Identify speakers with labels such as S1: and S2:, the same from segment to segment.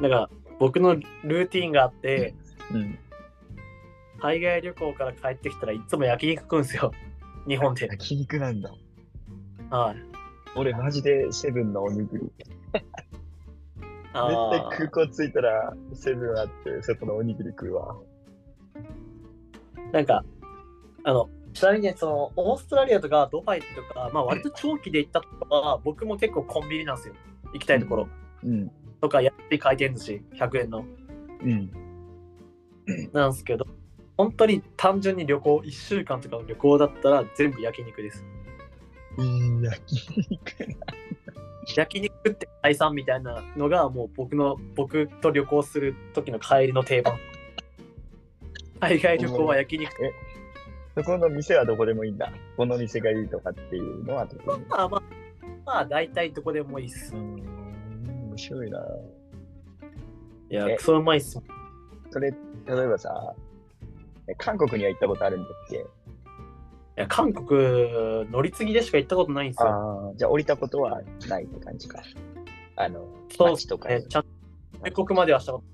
S1: なんか僕のルーティンがあって、
S2: うん。
S1: 海外旅行から帰ってきたらいつも焼き肉食うんですよ。 日本で。
S2: 焼肉なんだ。
S1: はい。
S2: 俺マジでセブンのおにぎり。
S1: あ
S2: 絶対
S1: ー
S2: 空港着いたらセブンあって、外のおにぎり食うわ。
S1: なんか、あの、ちなみにねその、オーストラリアとかドバイとか、まあ割と長期で行ったとかは、僕も結構コンビニなんですよ。行きたいところ。
S2: うん。
S1: とか、やって回転寿司、100円の。
S2: うん。
S1: なんですけど、本当に単純に旅行、1週間とかの旅行だったら全部焼肉です。
S2: いい焼肉。
S1: 焼肉って解散みたいなのがもう僕の僕と旅行する時の帰りの定番海外旅行は焼肉
S2: そこの店はどこでもいいんだ。この店がいいとかっていうのは特に。
S1: まあまあまあ大体どこでもいいっす
S2: うーん、面白いな。
S1: いや
S2: え
S1: クソうまいっすもん
S2: それ、例えばさ、え韓国には行ったことあるんだっけ
S1: いや韓国乗り継ぎでしか行ったことないんですよ
S2: ああ、じゃあ降りたことはないって感じか。あの、
S1: そうっ
S2: 街とか
S1: え
S2: に
S1: ちゃんと出国まではしたこ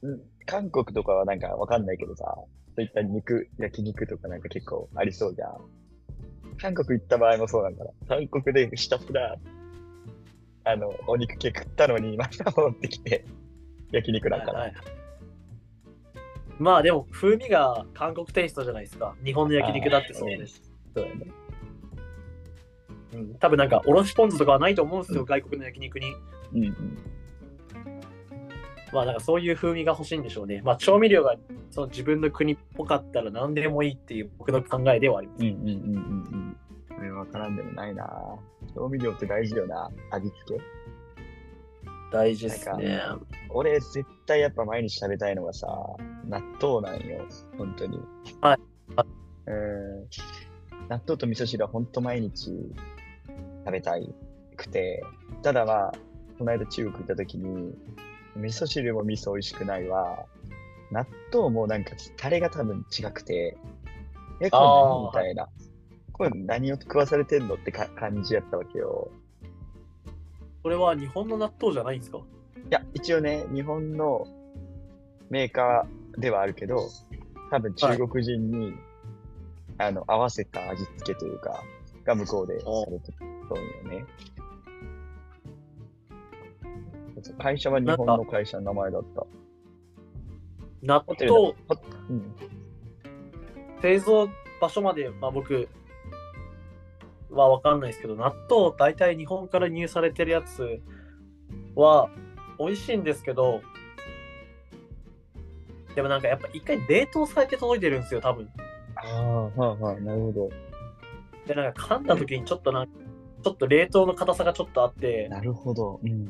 S2: うん韓国とかはなんかわかんないけどさ、そういった肉、焼肉とかなんか結構ありそうじゃん。韓国行った場合もそうなんだな。韓国でひたすら、あの、お肉系食ったのに、また戻ってき て、焼
S1: と
S2: 肉だ
S1: ない
S2: から。
S1: はいまあでも風味が韓国テイストじゃないですか日本の焼肉だってそうです
S2: そうだね。
S1: うん多分なんかおろしポン酢とかはないと思うんですよ、外国の焼肉に
S2: うんうん。
S1: まあなんかそういう風味が欲しいんでしょうね。まあ調味料がその自分の国っぽかったら何でもいいっていう僕の考えではあります。
S2: うんうんうんうんうん。これわからんでもないな。調味料って大事よな。味付け。
S1: 大事っすね。
S2: 俺、絶対やっぱ毎日食べたいのがさ、納豆なんよ。本当に。
S1: はい。
S2: うん。納豆と味噌汁は本当毎日食べたいくて。ただまあ、この間中国行った時に、味噌汁も味噌美味しくないわ。納豆もなんかタレが多分違くて、え、これ何
S1: あー
S2: みたいな。これ何を食わされてんのってか感じやったわけよ。
S1: これは日本の納豆じゃないんですか
S2: いや、一応ね、日本のメーカーではあるけど、多分中国人に、あの合わせた味付けというか、が向こうでされてると思うよね。そう会社は日本の会社の名前だった。
S1: 納
S2: ホテル
S1: 豆
S2: ほうん、
S1: 製造場所まで、まあ、僕は分かんないですけど、納豆大体日本から入されてるやつは美味しいんですけど、でもなんかやっぱ一回冷凍されて届いてるんですよ、多分。
S2: ああ、はいはい、なるほど。
S1: で、なんか噛んだ時にちょっとなんか、ちょっと冷凍の硬さがちょっとあって、
S2: なるほど。うん。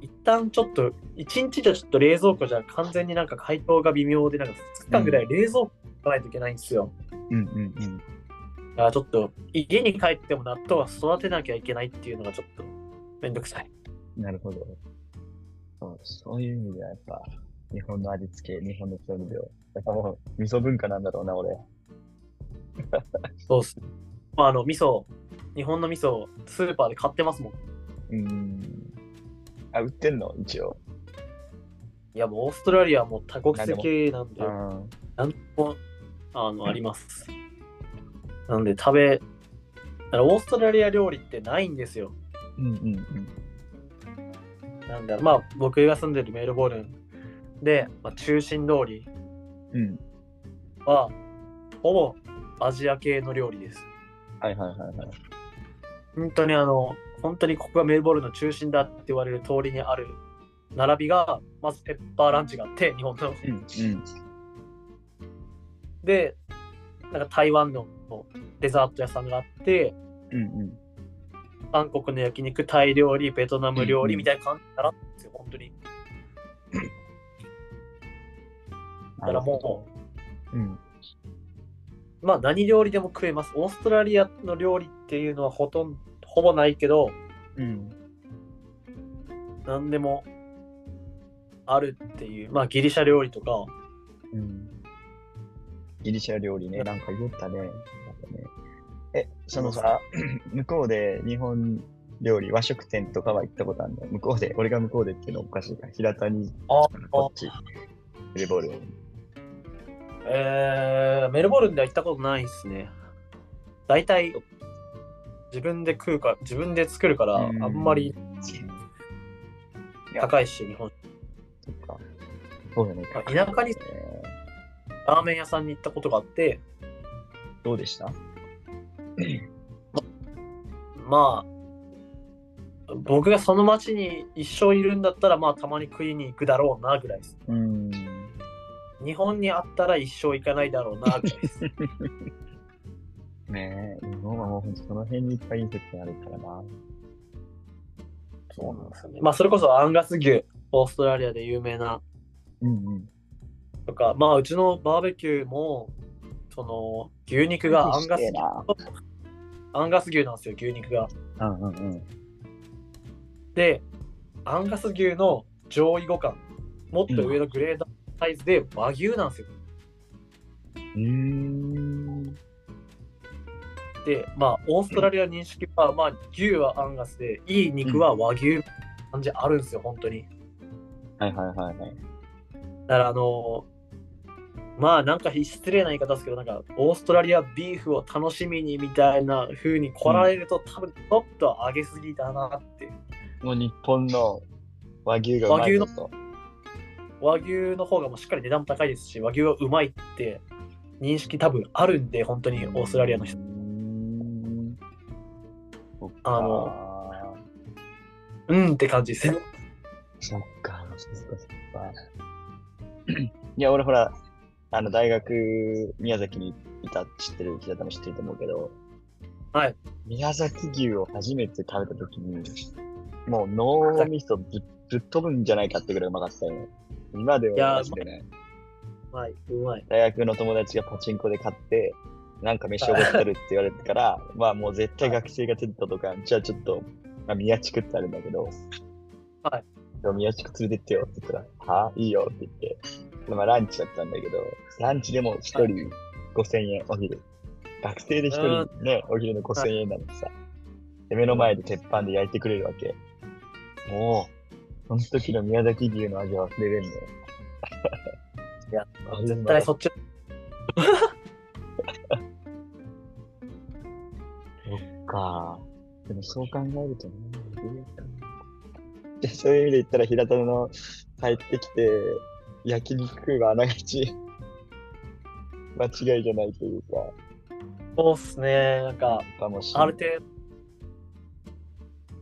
S1: 一旦ちょっと、一日じゃちょっと冷蔵庫じゃ完全になんか解凍が微妙で、なんか2日間ぐらい冷蔵庫行かないといけないんですよ。
S2: うんうんうん。
S1: だからちょっと、家に帰っても納豆は育てなきゃいけないっていうのがちょっとめんどくさい。
S2: なるほど。そうそういう意味ではやっぱ、日本の味付け、日本の調味料。やっぱもう、味噌文化なんだろうな、俺。
S1: そうっすね。まあ、あの、味噌、日本の味噌をスーパーで買ってますもん。
S2: うん。あ、売ってんの一応。
S1: いや、もうオーストラリアはもう多国籍なんで、
S2: うん。
S1: なんでも、あの、あります。なんで、食べ、だからオーストラリア料理ってないんですよ。
S2: うんうんうん。
S1: なんだろうまあ僕が住んでるメルボルンで、まあ、中心通り
S2: うん。
S1: はほぼアジア系の料理です。
S2: はいはいはいはい。
S1: 本当にあの本当にここがメルボルンの中心だって言われる通りにある並びがまずペッパーランチがあって日本の
S2: うんうん。
S1: でなんか台湾のデザート屋さんがあって
S2: うんうん。
S1: 韓国の焼肉タイ料理ベトナム料
S2: うんう
S1: 理
S2: ん
S1: みたいな感じにならんですよ本当に。だからもう
S2: う。うん。
S1: まあ何料理でも食えます。オーストラリアの料理っていうのはほとんどほぼないけど、
S2: うん。
S1: 何でもあるっていう、まあギリシャ料理とか、
S2: うん。ギリシャ料理ね、なんか 言ったね。なんかねえ、そのさ、向こうで日本料理、和食店とかは行ったことあるんだよ。向こうで、俺が向こうでっていうのおかしいから、平田に、
S1: あ
S2: こっち、メルボルン。
S1: えー、メルボルンでは行ったことないですね。大体、自分で食うか、自分で作るから、あ
S2: うん
S1: んまり高いし、日本
S2: そっか。そうだね。
S1: まあ田舎に
S2: えー
S1: ラーメン屋さんに行ったことがあって、
S2: どうでした
S1: まあ、僕がその町に一生いるんだったら、まあ、たまに食いに行くだろうな、ぐらいです。
S2: うん。
S1: 日本にあったら一生行かないだろうな、ぐらいです。
S2: ねえ、日本はもう本当その辺にいっぱい隕石があるからな。
S1: そうなんですよね。まあ、それこそアンガス牛、オーストラリアで有名な
S2: うんうん。
S1: とか、まあ、うちのバーベキューも、その、牛肉がアンガス
S2: うっせえな
S1: アンガス牛なんですよ、牛肉が。
S2: うんうんうん。
S1: で、アンガス牛の上位互換、もっと上のグレードサイズで和牛なんですよ。
S2: うーん。
S1: で、まあ、オーストラリア認識は、まあ、牛はアンガスで、いい肉は和牛感じあるんですよ、本当に。
S2: はいはいはいはい。
S1: だから、あのーまあ、なんか失礼な言い方ですけど、なんか、オーストラリアビーフを楽しみにみたいな風に来られると、多分、ちょっと上げすぎだなって。
S2: もう日本の和牛がうまいぞと。
S1: 和牛の方がもうしっかり値段も高いですし、和牛はうまいって認識多分あるんで、本当にオーストラリアの人。
S2: うーん。そっか。
S1: あのうんって感じですね。
S2: そっか、そっか、そっか。いや、俺ほら、あの、大学、宮崎にいた、知ってる、平田も知ってると思うけど、
S1: はい。
S2: 宮崎牛を初めて食べた時に、もう脳みそぶっぶっ飛ぶんじゃないかってぐらいうまかったよ。今で
S1: いやー
S2: はマジでね、
S1: うまい、うまい。
S2: 大学の友達がパチンコで買って、なんか飯をごってるって言われてから、 まあもう絶対学生が釣ったとか、じゃあちょっと、まあ、宮地区ってあるんだけど、
S1: はい。
S2: でも宮地区連れてってよって言ったら、はあいいよって言って、まあランチだったんだけど、ランチでも一
S1: は
S2: 人5000円お昼。学生で一人ね、お昼の5000円なのにさ、で目の前で鉄板で焼いてくれるわけ。もう、その時の宮崎牛の味は忘れれんのよ。
S1: いや、
S2: あれう
S1: 絶
S2: まい
S1: 対そっち。
S2: か。でもそう考えるとね、でそういう意味で言ったら、 平田の帰ってきて、焼肉食うはあながち、 間違いじゃないというか、
S1: そうっすね。なんか、
S2: かもしれ
S1: ある
S2: ない。
S1: 程度、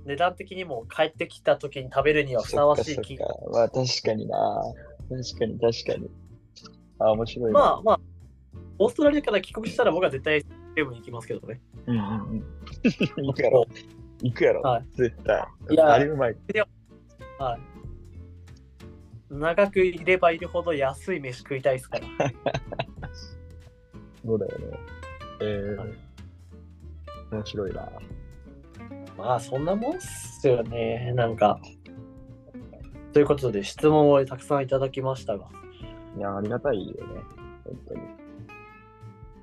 S1: 値段的にも帰ってきた時に食べるにはふさわしい
S2: そっか
S1: 金
S2: そっかまあ確かにな。確かに確かに。あ、面白いな。
S1: まあまあ、オーストラリアから帰国したら僕は絶対ゲームに行きますけどね。
S2: うんうん うん。行くやろ。行くやろ。
S1: はい
S2: 絶対。
S1: いや
S2: あれうまい。
S1: はい。長くいればいるほど安い飯食いたいですから。
S2: そうだよね。えー
S1: はい
S2: 面白いな。
S1: まあそんなもんっすよね、なんか。ということで質問をたくさんいただきましたが。
S2: いや、ありがたいよね。本当に。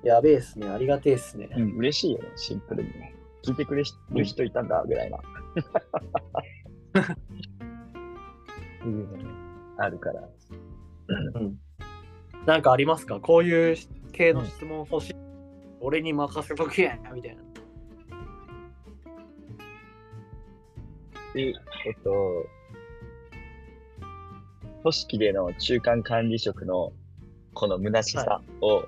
S1: やべえっすね、ありがてえっすね。
S2: うん、嬉しいよね、シンプルにね。聞いてくれる人いたんだ、ぐら いな。っていうのね、あるから。
S1: なんかありますかこういう系の質問欲しい。俺に任せとけやみたいな。
S2: で、えっと、組織での中間管理職のこの虚しさを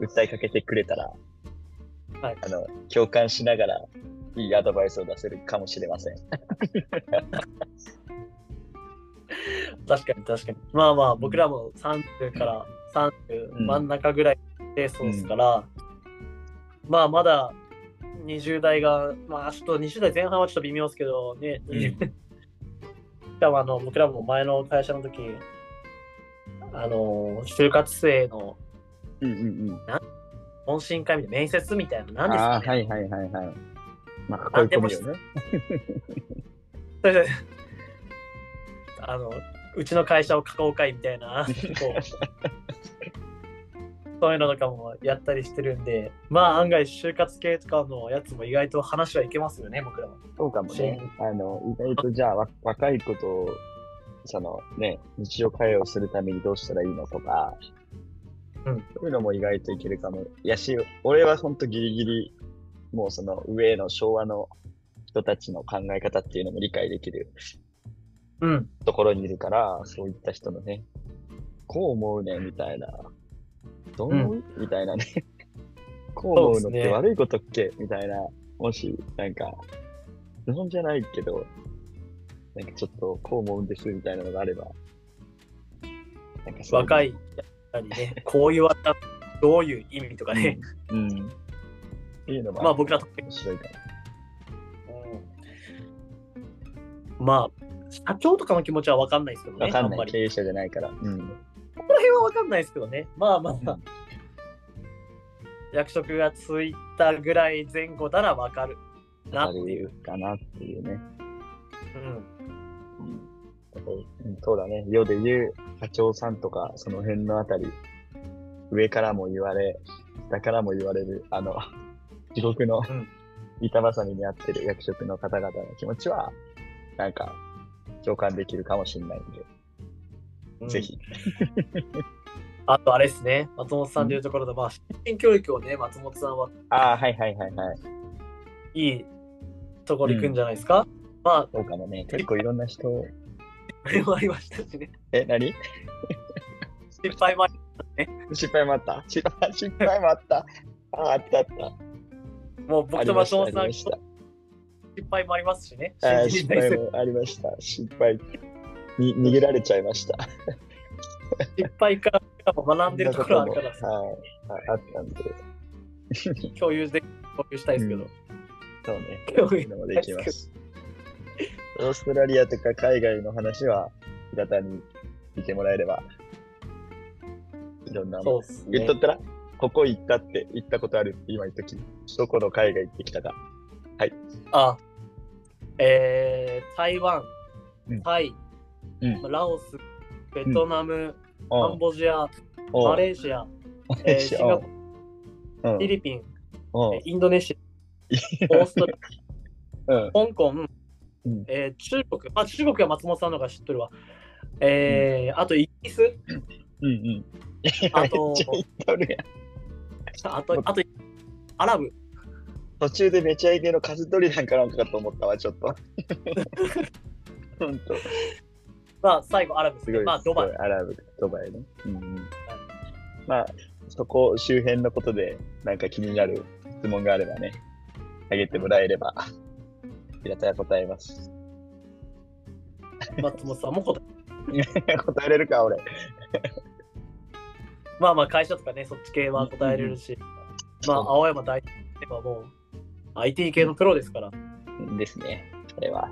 S2: 訴えかけてくれたら、
S1: はい
S2: あの、共感しながらいいアドバイスを出せるかもしれません。
S1: 確かに確かに。まあまあ、僕らも30から
S2: う
S1: 30
S2: ん
S1: 真ん中ぐらいでそうですから、まあまだ20代が、まあちょっと20代前半はちょっと微妙ですけど、ね、
S2: う ん
S1: 20代しかもあの僕らも前の会社の時あの就活生の
S2: うんうんうん。
S1: 懇親会みたいな面接みたいな、
S2: あ
S1: なん
S2: あ
S1: です
S2: ー、
S1: か
S2: は
S1: ね。
S2: いはいはいはい。まあ、
S1: 何
S2: 囲い
S1: で
S2: 込
S1: も
S2: むよね。
S1: それ であのうちの会社を囲う会みたいな、こうそういうのとかもやったりしてるんで、まあ案外就活系とかのやつも意外と話はいけますよね、僕らは。
S2: そうかもね。あの、意外とじゃあ、わ若い子と、そのね、日常会話をするためにどうしたらいいのとか、
S1: うん
S2: そういうのも意外といけるかも。いやし、俺はほんとギリギリ、もうその上の昭和の人たちの考え方っていうのも理解できる
S1: うん。
S2: ところにいるから、そういった人のね、こう思うね、みたいな。どう思う、みたいなね。こう思うの
S1: そう
S2: っ
S1: です
S2: て
S1: ね
S2: 悪いことっけ、みたいな。もし、なんか、日本じゃないけど、なんかちょっとこう思うんです、みたいなのがあれば。なんかそううの
S1: 若いやったりね、こう言われたらどういう意味とかね。
S2: うん。うん。っていうのも
S1: まあ僕らと、
S2: 面白いかも。
S1: まあ、社長とかの気持ちは分かんないですけどね、
S2: わかん
S1: あん
S2: な
S1: ま
S2: い。
S1: り。
S2: 経営者じゃないから。うん。
S1: この辺は分かんないですけどね。まあまあまあ、
S2: うん
S1: 役職がついたぐらい前後なら分かるな
S2: あ
S1: っていう。
S2: るかなっていうね。
S1: うん
S2: うんそうだね、世で言う課長さんとか、その辺のあたり、上からも言われ、下からも言われる、あの、 地獄の
S1: うん
S2: 板挟みにあってる役職の方々の気持ちは、なんか、共感できるかもしれないんで、
S1: うん
S2: ぜひ。
S1: あとあれですね、松本さんでいうところで、まあ、新人教育をね、松本さんは
S2: ああ、はいはいはいはい。
S1: いいところ行くんじゃないですか。まあ、
S2: そうかもね、結構いろんな人、
S1: これもありました しね、
S2: え、何
S1: 失敗もあり
S2: 失敗もあった失敗失敗もあった。ああ、あったあった。
S1: もう
S2: あ
S1: 僕
S2: り
S1: と
S2: まし
S1: 松本さん、
S2: たありま
S1: 失
S2: した
S1: 敗もありますしね、
S2: あ
S1: 新
S2: ー
S1: 人
S2: 失
S1: に対す
S2: 敗
S1: る
S2: もありました。失敗。に逃げられちゃいました。
S1: 失敗から学んでるところあるから、
S2: はい。ああったんで。
S1: 共有で共有したいですけど、
S2: そうね。
S1: 共
S2: そうい
S1: 有
S2: うのもできます。オーストラリアとか海外の話は、平田に見てもらえれば、いろんな
S1: そう
S2: も
S1: っす
S2: ん。
S1: ね
S2: 言っと。ったら、ここ行ったって、行ったことあるって今言っとき、どこの海外行ってきたか。
S1: あ、えー、台湾
S2: うん、
S1: タイ、
S2: うん
S1: ラオス、ベトナム、カン
S2: お
S1: ボジア、マレーシア、
S2: マレ
S1: え
S2: ー
S1: ー
S2: シ
S1: シ
S2: ア
S1: ンガポール、
S2: う
S1: フ
S2: ん
S1: ィリピン、
S2: うん
S1: えーインドネシア、オーストラリ
S2: うん
S1: ア、香港、
S2: うん
S1: えー中国、あ、中国は松本さんの方が知っとるわ。えーあとイギリス、
S2: うんうん。
S1: あと
S2: めっちゃ行っとるやん
S1: あと、あと、アラブ。
S2: 途中でめちゃイケの数取りなんかなんかと思ったわ、ちょっ と。本当
S1: まあ、最後、アラブですすね。
S2: ごい。
S1: まあ、ドバイ
S2: す。ごいアラブ、ドバイね。うんうん、まあ、そこ周辺のことで、なんか気になる質問があればね、あげてもらえれば、平田は答えます。
S1: 松本さんも答え
S2: 答えれるか、俺。
S1: まあまあ、会社とかね、そっち系は答えれるし、まあ、青山大臣はもう、IT 系のプロですから、
S2: ですね、それは。